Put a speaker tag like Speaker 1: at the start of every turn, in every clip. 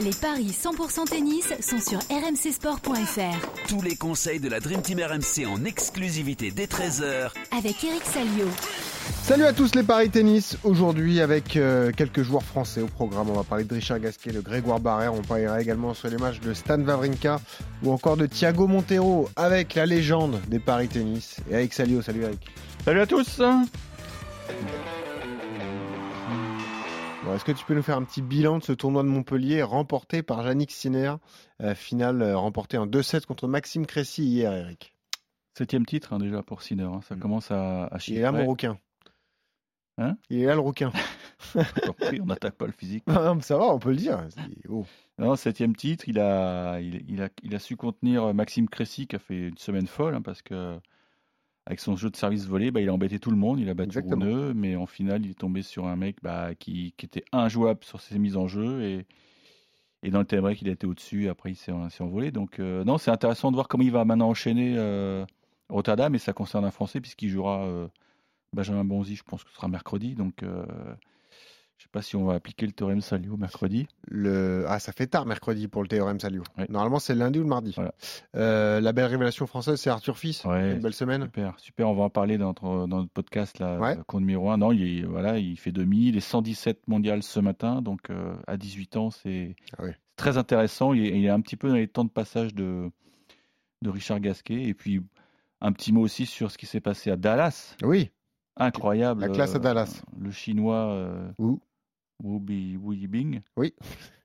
Speaker 1: Les paris 100% tennis sont sur rmcsport.fr
Speaker 2: Tous les conseils de la Dream Team RMC en exclusivité dès 13h
Speaker 1: avec Eric Salio.
Speaker 3: Salut à tous les Paris Tennis. Aujourd'hui, avec euh, quelques joueurs français au programme, on va parler de Richard Gasquet, de Grégoire Barrère. On parlera également sur les matchs de Stan Wawrinka ou encore de Thiago Montero avec la légende des Paris Tennis. Et Eric Salio, salut Eric.
Speaker 4: Salut à tous
Speaker 3: Bon, Est-ce que tu peux nous faire un petit bilan de ce tournoi de Montpellier remporté par Yannick Sinner euh, Finale euh, remportée en 2-7 contre Maxime Cressy hier, Eric.
Speaker 4: Septième titre hein, déjà pour Sinner, hein. ça
Speaker 3: Mm.
Speaker 4: commence à, à
Speaker 3: Il
Speaker 4: chiffrer.
Speaker 3: est là, mon rouquin.
Speaker 4: Hein
Speaker 3: Il est là, le rouquin.
Speaker 4: Encore pris, on n'attaque pas le physique.
Speaker 3: Non, mais ça va, on peut le dire. C'est- oh.
Speaker 4: Non, septième titre, il a, il, il a, il a su contenir euh, Maxime Cressy qui a fait une semaine folle hein, parce que avec son jeu de service volé, bah, il a embêté tout le monde, il a battu
Speaker 3: Exactement.
Speaker 4: Rouneux, mais en finale, il est tombé sur un mec bah, qui, qui était injouable sur ses mises en jeu et, et dans le tie-break, il a été au-dessus, après il s'est en- s'est envolé. Donc euh, non, c'est intéressant de voir comment il va maintenant enchaîner euh, Rotterdam et ça concerne un Français puisqu'il jouera euh, Benjamin Bonzi, je pense que ce sera mercredi, donc euh, je ne sais pas si on va appliquer le théorème Salio mercredi.
Speaker 3: Le... Ah, ça fait tard mercredi pour le théorème Salio.
Speaker 4: Ouais.
Speaker 3: Normalement, c'est le lundi ou le mardi.
Speaker 4: Voilà.
Speaker 3: Euh, la belle révélation française, c'est Arthur Fils.
Speaker 4: Ouais,
Speaker 3: Une belle semaine.
Speaker 4: Super, super, on va en parler dans notre, dans notre podcast là,
Speaker 3: Ouais.
Speaker 4: euh, compte numéro 1. Non, il, est- voilà, il fait demi, il est 117 mondial ce matin, donc euh, à 18 ans, c'est
Speaker 3: Ah oui.
Speaker 4: c'est très intéressant. Il est, il est un petit peu dans les temps de passage de, de Richard Gasquet. Et puis, un petit mot aussi sur ce qui s'est passé à Dallas.
Speaker 3: Oui,
Speaker 4: Incroyable.
Speaker 3: La classe à
Speaker 4: euh,
Speaker 3: Dallas.
Speaker 4: Le chinois euh,
Speaker 3: Wu.
Speaker 4: Wu Bi- Wu Yibing.
Speaker 3: Oui.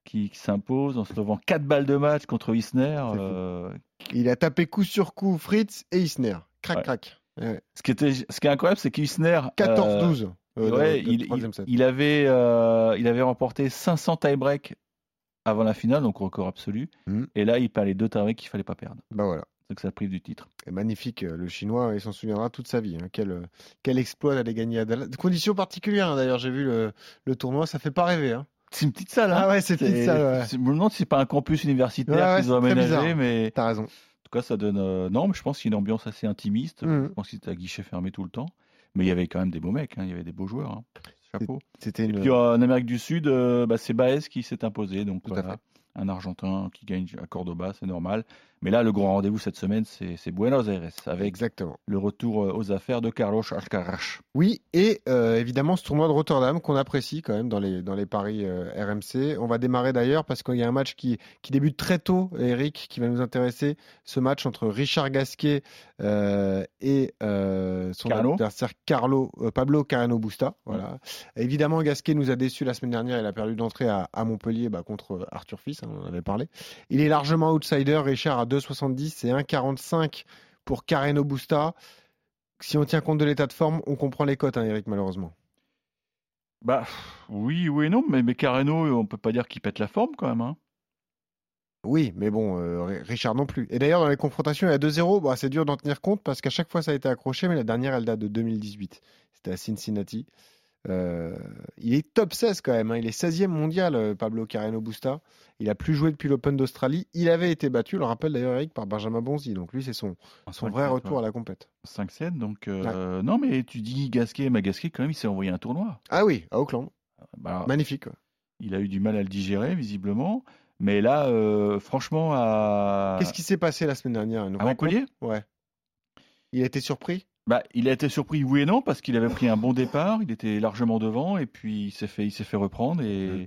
Speaker 4: Qui, qui s'impose en se levant 4 balles de match contre Isner.
Speaker 3: C'est fou.
Speaker 4: euh,
Speaker 3: il a tapé coup sur coup Fritz et Isner. Crac,
Speaker 4: Ouais.
Speaker 3: crac. Ouais.
Speaker 4: ce, qui était, ce qui est incroyable, c'est qu'Isner.
Speaker 3: 14-12. euh, dans
Speaker 4: Ouais,
Speaker 3: le- le
Speaker 4: il,
Speaker 3: troisième
Speaker 4: il-
Speaker 3: set.
Speaker 4: il avait, euh, il avait remporté 500 tie-break avant la finale, donc record absolu.
Speaker 3: Mhm.
Speaker 4: Et là, il perd les deux tie-break qu'il fallait pas perdre.
Speaker 3: Bah voilà.
Speaker 4: C'est que ça prive du titre.
Speaker 3: Et magnifique, euh, le chinois, il s'en souviendra toute sa vie. hein. Quel, euh, quel exploit d'aller gagner à Dallas. Conditions particulières, hein, d'ailleurs, j'ai vu le, le tournoi, ça fait pas rêver. hein.
Speaker 4: C'est une petite salle.
Speaker 3: Ah
Speaker 4: Hein
Speaker 3: ouais, c'est
Speaker 4: C'est-
Speaker 3: petite ça. Ouais.
Speaker 4: Je me demande si c'est pas un campus universitaire
Speaker 3: Ouais, ouais,
Speaker 4: qu'ils ont
Speaker 3: c'est très
Speaker 4: aménagé,
Speaker 3: bizarre.
Speaker 4: mais
Speaker 3: T'as raison.
Speaker 4: en tout cas, ça donne. euh, Non, mais je pense qu'il y a une ambiance assez intimiste.
Speaker 3: Mhm.
Speaker 4: Je pense qu'il était à guichet fermé tout le temps. Mais il y avait quand même des beaux mecs, hein, il y avait des beaux joueurs. hein. Chapeau.
Speaker 3: C'était
Speaker 4: Et
Speaker 3: une.
Speaker 4: puis euh, en Amérique du Sud, euh, bah, c'est Baez qui s'est imposé. Donc
Speaker 3: Tout à
Speaker 4: voilà, un Argentin qui gagne à Cordoba, c'est normal. Mais là, le grand rendez-vous cette semaine, c'est c'est Buenos Aires, avec
Speaker 3: Exactement.
Speaker 4: le retour euh, aux affaires de Carlos Alcaraz.
Speaker 3: Oui, et euh, évidemment ce tournoi de Rotterdam qu'on apprécie quand même dans les, dans les paris euh, RMC. On va démarrer d'ailleurs parce qu'il y a un match qui, qui débute très tôt, Eric, qui va nous intéresser. Ce match entre Richard Gasquet euh, et euh, son
Speaker 4: Carano.
Speaker 3: adversaire Carlo, euh, Pablo Carano Busta. Voilà. Évidemment, Gasquet nous a déçus la semaine dernière. Il a perdu d'entrée à, à Montpellier bah, contre Arthur Fils, hein, on en avait parlé. Il est largement outsider, Richard à 2,70 et 1,45 pour Carano Busta. Si on tient compte de l'état de forme, on comprend les cotes, hein, Eric, malheureusement.
Speaker 4: Bah pff, oui, oui et non, mais, mais Carreno, on peut pas dire qu'il pète la forme quand même. hein.
Speaker 3: Oui, mais bon, euh, Ri- Richard non plus. Et d'ailleurs, dans les confrontations, il y a 2-0. Bah, c'est dur d'en tenir compte parce qu'à chaque fois, ça a été accroché, mais la dernière, elle date de 2018. C'était à Cincinnati. Euh, il est top 16 quand même. hein. Il est 16e mondial, euh, Pablo Carreno Busta. Il a plus joué depuis l'Open d'Australie. Il avait été battu, on le rappelle d'ailleurs, Eric, par Benjamin Bonzi. Donc lui, c'est son, son vrai
Speaker 4: 5-7,
Speaker 3: retour à
Speaker 4: Ah, ouais.
Speaker 3: la compète.
Speaker 4: 5-7, donc euh, non, mais tu dis Gasquet, mais Gasquet, quand même, il s'est envoyé un tournoi.
Speaker 3: Ah oui, à Auckland.
Speaker 4: Bah, alors,
Speaker 3: Magnifique. quoi.
Speaker 4: il a eu du mal à le digérer, visiblement. Mais là, euh, franchement, à,
Speaker 3: Qu'est-ce qui s'est passé la semaine dernière une
Speaker 4: Ah. à
Speaker 3: rencontre
Speaker 4: Montpellier,
Speaker 3: Ouais. Il a été surpris
Speaker 4: Bah, il a été surpris, oui et non, parce qu'il avait pris un bon départ, il était largement devant, et puis il s'est fait, il s'est fait reprendre. Et, Mm.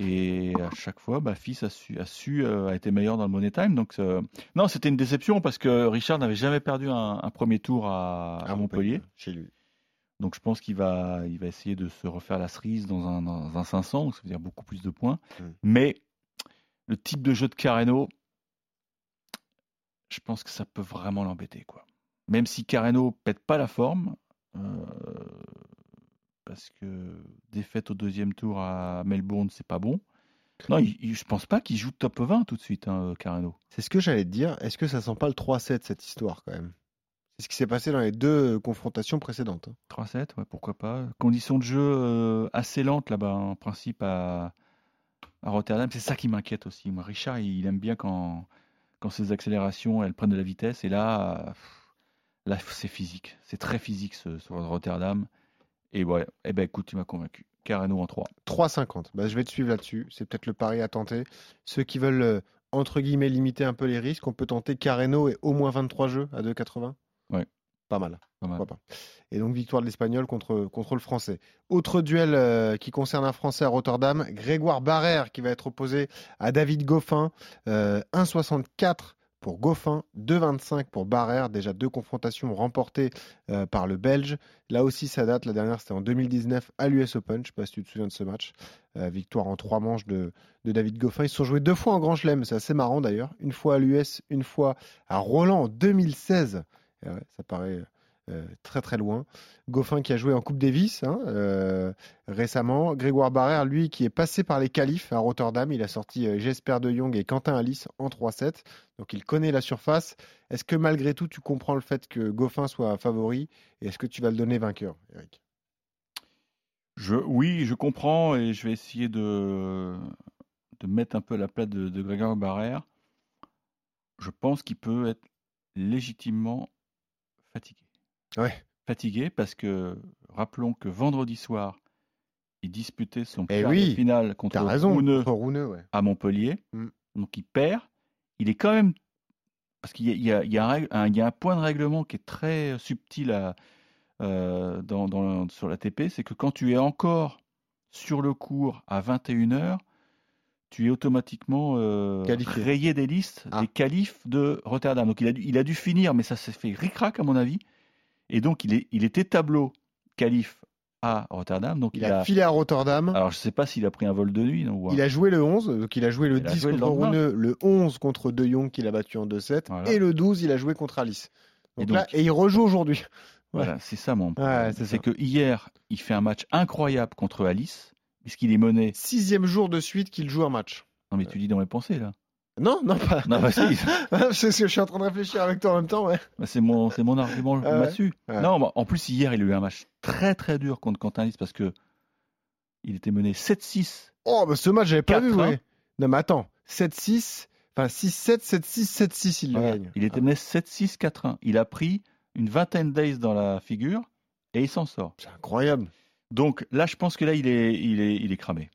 Speaker 4: et à chaque fois, bah, Fils a su, a, su euh, a été meilleur dans le Money Time. Donc, euh, non, c'était une déception parce que Richard n'avait jamais perdu un, un premier tour à, à Montpellier.
Speaker 3: Chez lui.
Speaker 4: Donc, je pense qu'il va, il va essayer de se refaire la cerise dans un, dans un 500, donc ça veut dire beaucoup plus de points.
Speaker 3: Mm.
Speaker 4: Mais le type de jeu de Carreno, je pense que ça peut vraiment l'embêter, quoi. Même si Carreno pète pas la forme, euh, parce que défaite au deuxième tour à Melbourne, c'est pas bon. Non, il- il- je pense pas qu'il joue top 20 tout de suite, hein, Carreno.
Speaker 3: C'est ce que j'allais te dire. Est-ce que ça sent pas le 3-7 cette histoire quand même C'est ce qui s'est passé dans les deux confrontations précédentes. hein.
Speaker 4: 3-7, ouais, pourquoi pas. Conditions de jeu euh, assez lentes là-bas, en principe, à, à Rotterdam. C'est ça qui m'inquiète aussi. Moi, Richard, il, il aime bien quand, quand ses accélérations, elles prennent de la vitesse. Et là, euh, pff, là c'est physique. C'est très physique, ce, ce Rotterdam. Et ouais, eh ben, écoute, tu m'as convaincu. Carreno en 3.
Speaker 3: 3,50. Bah, je vais te suivre là-dessus. C'est peut-être le pari à tenter. Ceux qui veulent, euh, entre guillemets, limiter un peu les risques, on peut tenter Carreno et au moins 23 jeux à 2,80.
Speaker 4: Ouais.
Speaker 3: Pas mal.
Speaker 4: Pas mal.
Speaker 3: Pourquoi pas. Et donc, victoire de l'Espagnol contre, contre le Français. Autre duel euh, qui concerne un Français à Rotterdam, Grégoire Barrère qui va être opposé à David Goffin. Euh, 1,64 pour Goffin, 2,25 pour Barrère. Déjà deux confrontations remportées euh, par le Belge. Là aussi, ça date. La dernière, c'était en 2019 à l'US Open. Je ne sais pas si tu te souviens de ce match. Euh, victoire en trois manches de, de David Goffin. Ils se sont joués deux fois en Grand Chelem. C'est assez marrant d'ailleurs. Une fois à l'US, une fois à Roland en 2016. Eh ouais, ça paraît euh, très très loin. Goffin qui a joué en Coupe Davis hein, euh, récemment. Grégoire Barrère, lui, qui est passé par les qualifs à Rotterdam. Il a sorti euh, Jesper de Jong et Quentin Alice en 3-7. Donc il connaît la surface. Est-ce que malgré tout, tu comprends le fait que Goffin soit favori Et est-ce que tu vas le donner vainqueur, Eric
Speaker 4: Je, oui, je comprends et je vais essayer de, de mettre un peu à la place de, de Grégoire Barrère. Je pense qu'il peut être légitimement fatigué.
Speaker 3: Ouais.
Speaker 4: Fatigué parce que, rappelons que vendredi soir, il disputait son
Speaker 3: Eh
Speaker 4: quart de
Speaker 3: oui,
Speaker 4: finale contre
Speaker 3: T'as raison.
Speaker 4: Rouneux
Speaker 3: Contre Rouneux, ouais.
Speaker 4: à Montpellier.
Speaker 3: Mm.
Speaker 4: Donc il perd. Il est quand même. Parce qu'il y a, il y a- il y a un, règle- un- il y a un point de règlement qui est très subtil à, euh, dans, dans- sur la TP c'est que quand tu es encore sur le cours à 21h, tu es automatiquement euh,
Speaker 3: Qualifié.
Speaker 4: rayé des listes
Speaker 3: Ah.
Speaker 4: des qualifs de Rotterdam. Donc il a, dû- il a dû finir, mais ça s'est fait ric-rac à mon avis. Et donc il, est, il était tableau qualif à Rotterdam. Donc
Speaker 3: Il, a, filé à Rotterdam.
Speaker 4: Alors je ne sais pas s'il a pris un vol de nuit. non, ou un-
Speaker 3: Il a joué le 11, donc il a joué le
Speaker 4: Il a
Speaker 3: 10
Speaker 4: joué le
Speaker 3: contre
Speaker 4: lendemain.
Speaker 3: Rouneux, le 11 contre De Jong qu'il a battu en 2-7,
Speaker 4: Voilà.
Speaker 3: et le 12 il a joué contre Alice. Donc,
Speaker 4: Et donc-
Speaker 3: là, et il rejoue aujourd'hui.
Speaker 4: Voilà, c'est ça mon
Speaker 3: Ouais,
Speaker 4: problème.
Speaker 3: c'est ça.
Speaker 4: c'est que hier, il fait un match incroyable contre Alice, puisqu'il est mené.
Speaker 3: Sixième jour de suite qu'il joue un match.
Speaker 4: Non, mais tu dis dans mes pensées, là.
Speaker 3: Non, non pas.
Speaker 4: Non, bah, si,
Speaker 3: c'est ce que je suis en train de réfléchir avec toi en même temps. ouais.
Speaker 4: bah, c'est mon, c'est mon argument
Speaker 3: Ah ouais.
Speaker 4: là-dessus.
Speaker 3: Ouais.
Speaker 4: Non, bah, en plus, hier, il a eu un match très très dur contre Quentin Alice, parce que il était mené 7-6.
Speaker 3: Oh, bah, ce match j'avais pas
Speaker 4: Quatre,
Speaker 3: vu.
Speaker 4: hein.
Speaker 3: ouais. Non mais attends, 7-6, enfin 6-7, 7-6, 7-6 il le
Speaker 4: Voilà.
Speaker 3: gagne. Ah
Speaker 4: Il était mené 7-6, 4-1. Il a pris une vingtaine d'aces dans la figure, et il s'en sort.
Speaker 3: Ah, C'est incroyable.
Speaker 4: Donc là, je pense que là, il est, il est, il est cramé.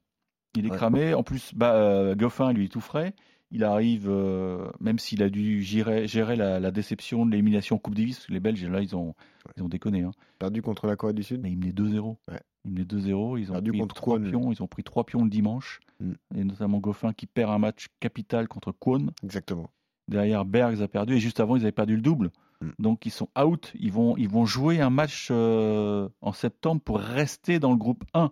Speaker 4: Il est
Speaker 3: Ouais.
Speaker 4: cramé. En plus, bah, euh, Goffin, lui, est tout frais. Il arrive, euh, même s'il a dû gérer, gérer la, la déception de l'élimination en Coupe Davis, parce que les Belges, là, ils ont, ils ont déconné. hein.
Speaker 3: Perdu contre la Corée du Sud.
Speaker 4: Mais ils menaient 2-0.
Speaker 3: Ouais.
Speaker 4: Ils menaient 2-0. Ils ont
Speaker 3: Perdu
Speaker 4: pris
Speaker 3: contre
Speaker 4: trois
Speaker 3: Kwon.
Speaker 4: pions. Ils ont pris trois pions le dimanche.
Speaker 3: Mm.
Speaker 4: Et notamment Goffin qui perd un match capital contre Kwon.
Speaker 3: Exactement.
Speaker 4: Derrière, Bergs a perdu. Et juste avant, ils avaient perdu le double.
Speaker 3: Mm.
Speaker 4: Donc, ils sont out. Ils vont, ils vont jouer un match euh, en septembre pour rester dans le groupe 1.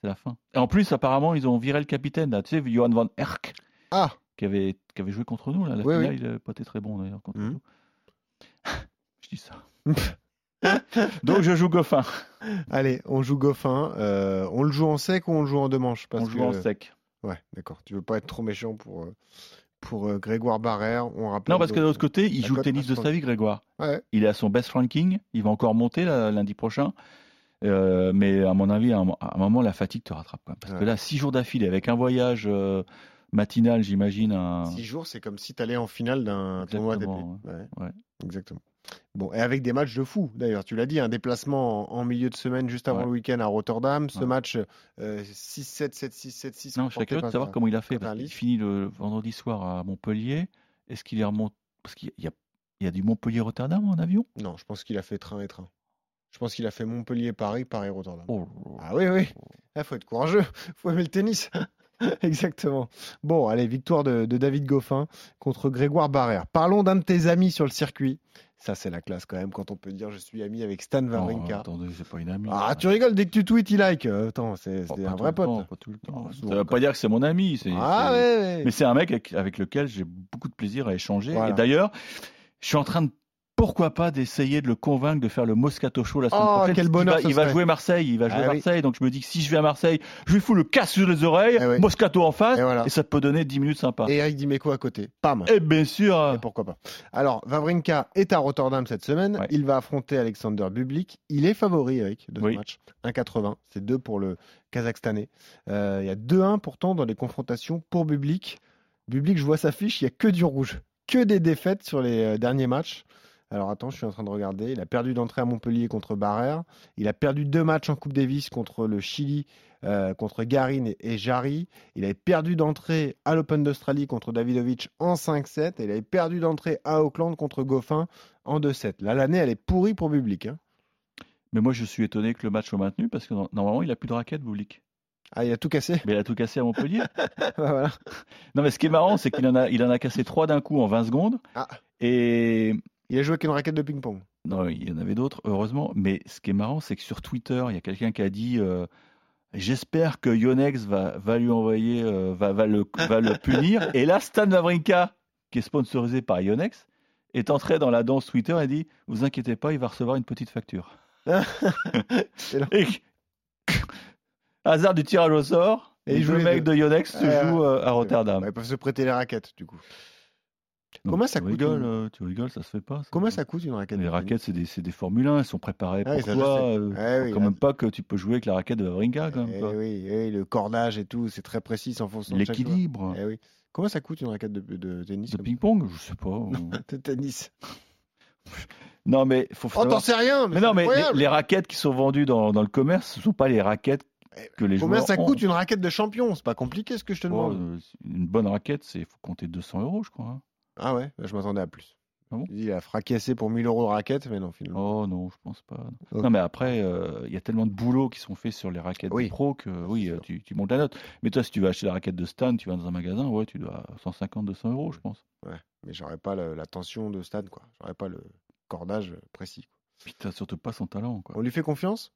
Speaker 4: C'est la fin. Et en plus, apparemment, ils ont viré le capitaine. Là. Tu sais, Johan van Herk,
Speaker 3: Ah,
Speaker 4: qui avait, qui avait joué contre nous. Là. La
Speaker 3: Oui,
Speaker 4: finale,
Speaker 3: oui.
Speaker 4: il n'avait pas été très bon, d'ailleurs, contre
Speaker 3: Mm.
Speaker 4: nous. je dis ça. Donc, je joue Goffin.
Speaker 3: allez, on joue Goffin. Euh, on le joue en sec ou on le joue en deux manches Parce
Speaker 4: On joue en
Speaker 3: que-
Speaker 4: sec.
Speaker 3: Ouais, d'accord. Tu veux pas être trop méchant pour, euh, pour euh, Grégoire Barrère. On rappelle
Speaker 4: Non, parce que de l'autre côté, il
Speaker 3: la
Speaker 4: joue le
Speaker 3: cote
Speaker 4: tennis de
Speaker 3: restante.
Speaker 4: sa vie, Grégoire.
Speaker 3: Ouais.
Speaker 4: Il est à son best ranking. Il va encore monter là, lundi prochain. Euh, mais à mon avis, à un, mo- à un moment, la fatigue te rattrape. quoi. Parce que
Speaker 3: Ouais.
Speaker 4: là, six jours d'affilée, avec un voyage euh, matinal, j'imagine. un-
Speaker 3: 6 jours, c'est comme si tu allais en finale d'un tournoi ATP.
Speaker 4: hein. Exactement,
Speaker 3: Ouais.
Speaker 4: ouais.
Speaker 3: Exactement. Bon, et avec des matchs de fou, d'ailleurs. Tu l'as dit, un déplacement en, en milieu de semaine juste avant
Speaker 4: Ouais.
Speaker 3: le week-end à Rotterdam. Ce
Speaker 4: Ouais.
Speaker 3: match euh, 6-7, 7-6, 7-6.
Speaker 4: Non, je serais
Speaker 3: remporté
Speaker 4: curieux de
Speaker 3: par-
Speaker 4: savoir comment il a fait.
Speaker 3: Quentin
Speaker 4: Parce qu'il
Speaker 3: Alice.
Speaker 4: finit le vendredi soir à Montpellier. Est-ce qu'il est remonté Parce qu'il y a, il y a du Montpellier-Rotterdam en avion
Speaker 3: Non, je pense qu'il a fait train et train. Je pense qu'il a fait Montpellier-Paris, Paris-Rotterdam.
Speaker 4: Oh,
Speaker 3: Ah oui, oui. Il faut être courageux. faut aimer le tennis. Exactement. Bon, allez, victoire de, de David Goffin contre Grégoire Barrère. Parlons d'un de tes amis sur le circuit. Ça, c'est la classe quand même, quand on peut dire je suis ami avec Stan
Speaker 4: non,
Speaker 3: Wawrinka.
Speaker 4: attendez, c'est pas une amie. hein.
Speaker 3: ah, tu rigoles, dès que tu tweets, il like. Euh, attends, c'est
Speaker 4: Oh,
Speaker 3: c'est
Speaker 4: pas
Speaker 3: un
Speaker 4: tout
Speaker 3: vrai
Speaker 4: le
Speaker 3: pote.
Speaker 4: temps,
Speaker 3: là.
Speaker 4: pas tout le
Speaker 3: Oh,
Speaker 4: temps.
Speaker 3: souvent,
Speaker 4: Ça veut pas dire que c'est mon ami. c'est-
Speaker 3: Ah
Speaker 4: c'est-
Speaker 3: ouais, ouais.
Speaker 4: Mais c'est un mec avec, avec lequel j'ai beaucoup de plaisir à échanger.
Speaker 3: Voilà.
Speaker 4: Et d'ailleurs, je suis en train de pourquoi pas d'essayer de le convaincre de faire le Moscato Show la semaine
Speaker 3: Oh,
Speaker 4: prochaine.
Speaker 3: quel
Speaker 4: Il
Speaker 3: bonheur
Speaker 4: va-
Speaker 3: ce
Speaker 4: Il va,
Speaker 3: serait.
Speaker 4: jouer Marseille, il va jouer
Speaker 3: Ah oui.
Speaker 4: Marseille. Donc je me dis que si je vais à Marseille, je lui fous le casse sur les oreilles,
Speaker 3: Eh oui.
Speaker 4: Moscato en face,
Speaker 3: Et
Speaker 4: et,
Speaker 3: voilà.
Speaker 4: ça peut donner 10 minutes sympas.
Speaker 3: Et
Speaker 4: Et,
Speaker 3: Eric Dimeco à côté. Pam.
Speaker 4: bien sûr, euh,
Speaker 3: Et pourquoi pas. Alors, Vavrinka est à Rotterdam cette semaine.
Speaker 4: Ouais.
Speaker 3: Il va affronter Alexander Bublik. Il est favori, Eric, de ce
Speaker 4: Oui.
Speaker 3: match. 1,80. C'est 2 pour le Kazakhstanais. Euh, Il y a 2-1 pourtant dans les confrontations pour Bublik. Bublik, je vois sa fiche, il n'y a que du rouge. Que des défaites sur les euh, derniers matchs. Alors attends, je suis en train de regarder. Il a perdu d'entrée à Montpellier contre Barère. Il a perdu deux matchs en Coupe Davis contre le Chili, euh, contre Garin et, et Jarry. Il avait perdu d'entrée à l'Open d'Australie contre Davidovic en 5-7. Et il avait perdu d'entrée à Auckland contre Goffin en 2-7. Là, l'année, elle est pourrie pour Bublik. hein.
Speaker 4: Mais moi, je suis étonné que le match soit maintenu parce que non- normalement, il a plus de raquette, Boulik.
Speaker 3: Ah, il a tout cassé.
Speaker 4: Mais il a tout cassé à Montpellier.
Speaker 3: Voilà.
Speaker 4: non, mais ce qui est marrant, c'est qu'il en a, il en a cassé trois d'un coup en 20 secondes.
Speaker 3: Ah.
Speaker 4: Et
Speaker 3: Il a joué avec une raquette de ping-pong.
Speaker 4: Non, il y en avait d'autres, heureusement. Mais ce qui est marrant, c'est que sur Twitter, il y a quelqu'un qui a dit euh, J'espère que Yonex va, va lui envoyer, euh, va, va le, va le punir. Et là, Stan Wawrinka, qui est sponsorisé par Yonex, est entré dans la danse Twitter et dit Vous inquiétez pas, il va recevoir une petite facture.
Speaker 3: là.
Speaker 4: Et- Hasard du tirage au sort,
Speaker 3: Et
Speaker 4: et
Speaker 3: il
Speaker 4: les
Speaker 3: joue
Speaker 4: deux
Speaker 3: les
Speaker 4: mecs
Speaker 3: deux.
Speaker 4: de Yonex se
Speaker 3: Ah,
Speaker 4: jouent euh, à
Speaker 3: Bah,
Speaker 4: Rotterdam.
Speaker 3: ils peuvent se prêter les raquettes, du coup.
Speaker 4: Donc,
Speaker 3: comment ça
Speaker 4: tu
Speaker 3: coûte
Speaker 4: rigoles,
Speaker 3: une-
Speaker 4: euh, Tu rigoles, ça se fait pas.
Speaker 3: Comment ça coûte une raquette
Speaker 4: Les
Speaker 3: de tennis
Speaker 4: raquettes, c'est des, c'est des Formule 1, elles sont préparées
Speaker 3: Mmh. Ah oui,
Speaker 4: pour
Speaker 3: ça, je
Speaker 4: toi.
Speaker 3: sais.
Speaker 4: euh,
Speaker 3: Ah oui,
Speaker 4: quand
Speaker 3: là,
Speaker 4: même pas que tu peux jouer avec la raquette de Wawrinka. quand même,
Speaker 3: Eh
Speaker 4: quoi.
Speaker 3: oui, eh oui, le cordage et tout, c'est très précis, en fonction de chaque joueur.
Speaker 4: L'équilibre
Speaker 3: Eh oui. Comment ça coûte une raquette de, de tennis
Speaker 4: de
Speaker 3: comme
Speaker 4: ping-pong, je sais pas. ou-
Speaker 3: ça De tennis.
Speaker 4: non, mais faut
Speaker 3: Oh, t'en
Speaker 4: savoir-
Speaker 3: sais rien
Speaker 4: Mais non, mais les,
Speaker 3: incroyable.
Speaker 4: les raquettes qui sont vendues dans, dans le commerce, ce sont pas les raquettes
Speaker 3: Eh,
Speaker 4: que les
Speaker 3: Combien
Speaker 4: joueurs
Speaker 3: ça
Speaker 4: ont.
Speaker 3: coûte une raquette de champion C'est pas compliqué ce que je te
Speaker 4: Oh,
Speaker 3: demande.
Speaker 4: euh, Une bonne raquette, c'est faut compter 200 euros, je crois. hein.
Speaker 3: Ah ouais, bah, je m'attendais à plus.
Speaker 4: Ah bon
Speaker 3: Je dis, Il a fracassé pour 1000 euros de raquette, mais non, finalement.
Speaker 4: Oh non, je pense pas.
Speaker 3: Mmh. Ok.
Speaker 4: Non, mais après, euh, il y a tellement de boulot qui sont faits sur les raquettes
Speaker 3: Oui.
Speaker 4: des pros que oui,
Speaker 3: sûr.
Speaker 4: euh, tu, tu montes la note. Mais toi, si tu vas acheter la raquette de Stan, tu vas dans un magasin, ouais, tu dois 150, 200 euros, je pense. Oh.
Speaker 3: Mais j'aurais pas le- la tension de Stan, quoi. J'aurais pas le cordage précis.
Speaker 4: Puis t'as surtout pas son talent, quoi.
Speaker 3: On lui fait confiance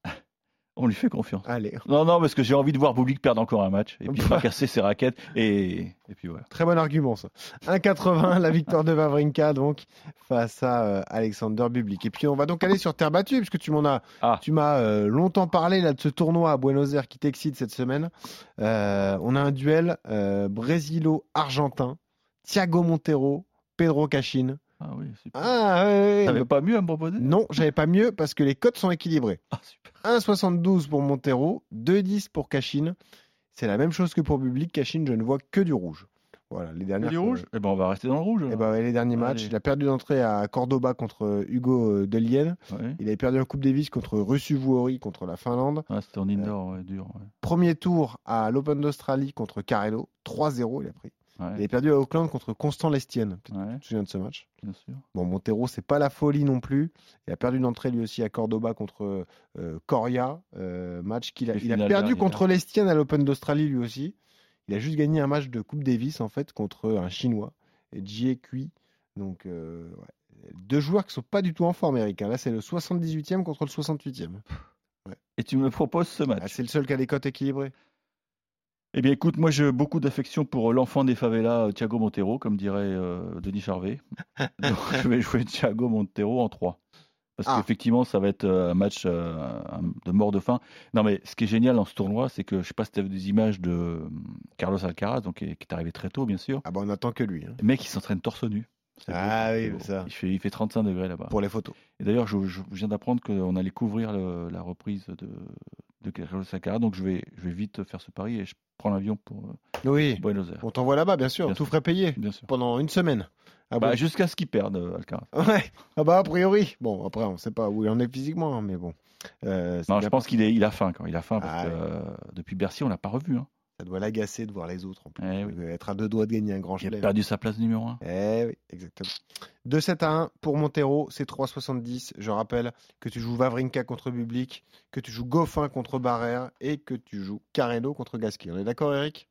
Speaker 4: On lui fait confiance.
Speaker 3: Allez.
Speaker 4: Non, non, parce que j'ai envie de voir Boublic perdre encore un match et puis fracasser ses raquettes et, et puis voilà.
Speaker 3: Très bon argument, ça. 1,80, la victoire de Vavrinka, donc, face à euh, Alexander Bublik. Et puis, on va donc aller sur terre battue, puisque tu m'en as,
Speaker 4: Ah.
Speaker 3: tu m'as euh, longtemps parlé là, de ce tournoi à Buenos Aires qui t'excite cette semaine. Euh, on a un duel euh, brésilo-argentin, Thiago Montero, Pedro Cachin.
Speaker 4: Ah oui, super.
Speaker 3: Ah, ouais, ouais,
Speaker 4: T'avais
Speaker 3: ouais.
Speaker 4: pas mieux à me proposer
Speaker 3: Non, j'avais pas mieux, parce que les cotes sont équilibrées.
Speaker 4: Ah, super.
Speaker 3: 1,72 pour Montero, 2,10 pour Cachine. C'est la même chose que pour Public. Cachine, je ne vois que du rouge. Voilà, les derniers.
Speaker 4: Du rouge Eh ben, on va rester dans le rouge.
Speaker 3: Eh
Speaker 4: alors.
Speaker 3: ben, ouais, les derniers
Speaker 4: Allez.
Speaker 3: matchs. Il a perdu d'entrée à Cordoba contre euh, Hugo Delienne.
Speaker 4: Ouais.
Speaker 3: Il avait perdu en Coupe Davis contre Rusuvuori contre la Finlande.
Speaker 4: Ah, c'était en indoor, ouais, dur. ouais.
Speaker 3: Premier tour à l'Open d'Australie contre Carrello. 3-0, il a pris.
Speaker 4: Ouais,
Speaker 3: Il avait perdu à Auckland contre Constant Lestienne. Peut-être
Speaker 4: ouais,
Speaker 3: que tu te souviens de ce match.
Speaker 4: bien sûr.
Speaker 3: Bon, Montero, c'est pas la folie non plus. Il a perdu d'entrée lui aussi à Cordoba contre euh, Coria. euh, match qu'il a,
Speaker 4: Les
Speaker 3: il a
Speaker 4: finales
Speaker 3: perdu
Speaker 4: dernières.
Speaker 3: contre l'Estienne à l'Open d'Australie lui aussi. Il a juste gagné un match de Coupe Davis en fait contre un Chinois, Jie Kui. Donc, euh, ouais. deux joueurs qui sont pas du tout en forme, Eric. hein. Là, c'est le 78e contre le 68e.
Speaker 4: Et tu me proposes ce match
Speaker 3: Ah, c'est le seul qui a des cotes équilibrées.
Speaker 4: Eh bien, écoute, moi, j'ai beaucoup d'affection pour euh, l'enfant des favelas, euh, Thiago Montero, comme dirait euh, Denis Charvet. Donc, je vais jouer Thiago Montero en 3. Parce
Speaker 3: Ah.
Speaker 4: qu'effectivement, ça va être euh, un match euh, un- de mort de faim. Non, mais ce qui est génial dans ce tournoi, c'est que je sais pas si tu as vu des images de euh, Carlos Alcaraz, donc, qui est qui est arrivé très tôt, bien sûr.
Speaker 3: Ah bah on attend que lui hein,
Speaker 4: Le mec, il s'entraîne torse nu. C'est
Speaker 3: Ah
Speaker 4: beau,
Speaker 3: oui,
Speaker 4: c'est beau.
Speaker 3: ça.
Speaker 4: Il fait, il fait 35 degrés là-bas.
Speaker 3: pour les photos.
Speaker 4: Et d'ailleurs, je, je viens d'apprendre qu'on allait couvrir le- la reprise de, de Carlos Alcaraz, donc je vais, je vais vite faire ce pari et je prends l'avion pour euh,
Speaker 3: Oui,
Speaker 4: Buenos Aires.
Speaker 3: on t'envoie là-bas, bien sûr.
Speaker 4: Bien
Speaker 3: tout
Speaker 4: sûr.
Speaker 3: frais payé
Speaker 4: Bien sûr.
Speaker 3: pendant une semaine. Ah
Speaker 4: Bah,
Speaker 3: bon
Speaker 4: Jusqu'à ce qu'ils perdent, euh, Alcaraz.
Speaker 3: Ouais, ah bah a priori. Bon, après, on sait pas où il en est physiquement, hein, mais bon. Euh, ça,
Speaker 4: Non,
Speaker 3: doit-
Speaker 4: je pense qu'il est- il a faim. Quand. Il a faim
Speaker 3: Ah,
Speaker 4: parce que
Speaker 3: ouais.
Speaker 4: euh, depuis Bercy, on l'a pas revu. Hein.
Speaker 3: ça doit l'agacer de voir les autres. En plus.
Speaker 4: Eh
Speaker 3: Il
Speaker 4: oui.
Speaker 3: doit être à deux doigts de gagner un grand
Speaker 4: Il a
Speaker 3: chelem.
Speaker 4: perdu sa place numéro 1.
Speaker 3: Eh oui, exactement. De 7 à 1 pour Montero, c'est 3,70. Je rappelle que tu joues Vavrinka contre Bublik, que tu joues Goffin contre Barrère et que tu joues Carreno contre Gasquet. On est d'accord, Eric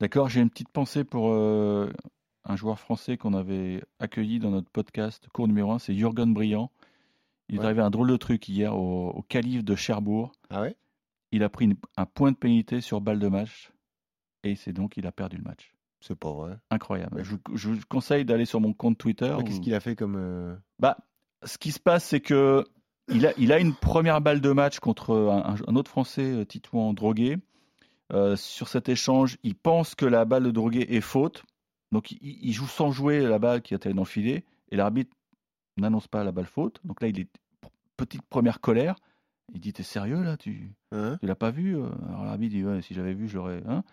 Speaker 4: D'accord, j'ai une petite pensée pour euh, un joueur français qu'on avait accueilli dans notre podcast, cours numéro 1, c'est Jürgen Briand. Il est
Speaker 3: Ouais.
Speaker 4: arrivé un drôle de truc hier au, au calife de Cherbourg.
Speaker 3: Ah ouais
Speaker 4: Il a pris une- un point de pénalité sur balle de match et c'est donc il a perdu le match.
Speaker 3: C'est pas vrai.
Speaker 4: Incroyable.
Speaker 3: Ouais.
Speaker 4: Je, vous- je vous conseille d'aller sur mon compte Twitter.
Speaker 3: Mais Qu'est-ce
Speaker 4: où-
Speaker 3: qu'il a fait comme. euh,
Speaker 4: Bah, ce qui se passe, c'est que il a, il a une première balle de match contre un, un autre Français, euh, Titouan Drogué. Euh, sur cet échange, il pense que la balle de Drogué est faute. Donc, il, il joue sans jouer la balle qui atterrit dans le filet. Et l'arbitre n'annonce pas la balle faute. Donc là, il est petite première colère. Il dit T'es sérieux là tu,
Speaker 3: hein
Speaker 4: tu l'as pas vu euh Alors l'arbitre dit Ouais, si j'avais vu, j'aurais. hein.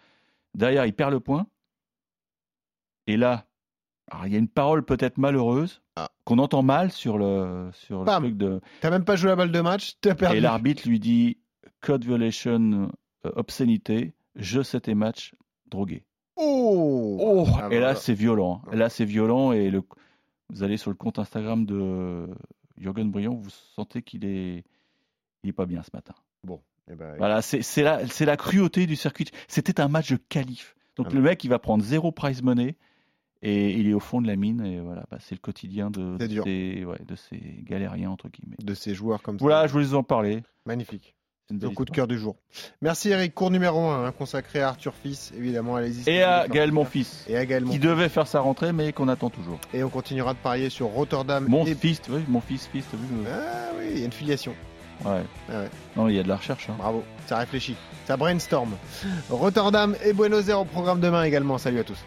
Speaker 4: Derrière, il perd le point. Et là, Alors, il y a une parole peut-être malheureuse
Speaker 3: Ah.
Speaker 4: qu'on entend mal sur le, sur le
Speaker 3: Bam.
Speaker 4: truc de.
Speaker 3: T'as même pas joué la balle de match, t'as perdu.
Speaker 4: Et l'arbitre lui dit code violation, euh, obscénité, jeu 7 et match, drogué.
Speaker 3: Oh, Ah,
Speaker 4: et là,
Speaker 3: voilà.
Speaker 4: c'est violent.
Speaker 3: Ah.
Speaker 4: Et là, c'est violent. Et le... vous allez sur le compte Instagram de Jürgen Briand, vous sentez qu'il est... Il est pas bien ce matin.
Speaker 3: Eh ben,
Speaker 4: Voilà, c'est c'est la, c'est la cruauté du circuit. C'était un match de qualif. Donc
Speaker 3: Ah
Speaker 4: le mec, il va prendre zéro prize money et il est au fond de la mine. Et voilà, bah, c'est le quotidien de,
Speaker 3: C'est dur.
Speaker 4: Ces, ouais, de ces galériens, entre guillemets.
Speaker 3: De ces joueurs comme
Speaker 4: Voilà,
Speaker 3: ça.
Speaker 4: je voulais vous en parler.
Speaker 3: Magnifique.
Speaker 4: C'est une
Speaker 3: Le
Speaker 4: belle
Speaker 3: coup de cœur
Speaker 4: histoire.
Speaker 3: du jour. Merci Eric, cours numéro 1, consacré à Arthur Fils, évidemment, allez-y.
Speaker 4: Et à Gaël, mon fils,
Speaker 3: Et à Gaël, mon
Speaker 4: qui devait faire sa rentrée, mais qu'on attend toujours.
Speaker 3: Et on continuera de parier sur Rotterdam
Speaker 4: Mon
Speaker 3: et...
Speaker 4: fils, tu vois, mon fils, fils, t'as vu euh,
Speaker 3: Ah oui, il y a une filiation.
Speaker 4: ouais.
Speaker 3: Ah ouais.
Speaker 4: Non, il y a de la recherche. hein.
Speaker 3: Bravo, ça réfléchit, ça brainstorm. Rotterdam et Buenos Aires au programme demain également. Salut à tous.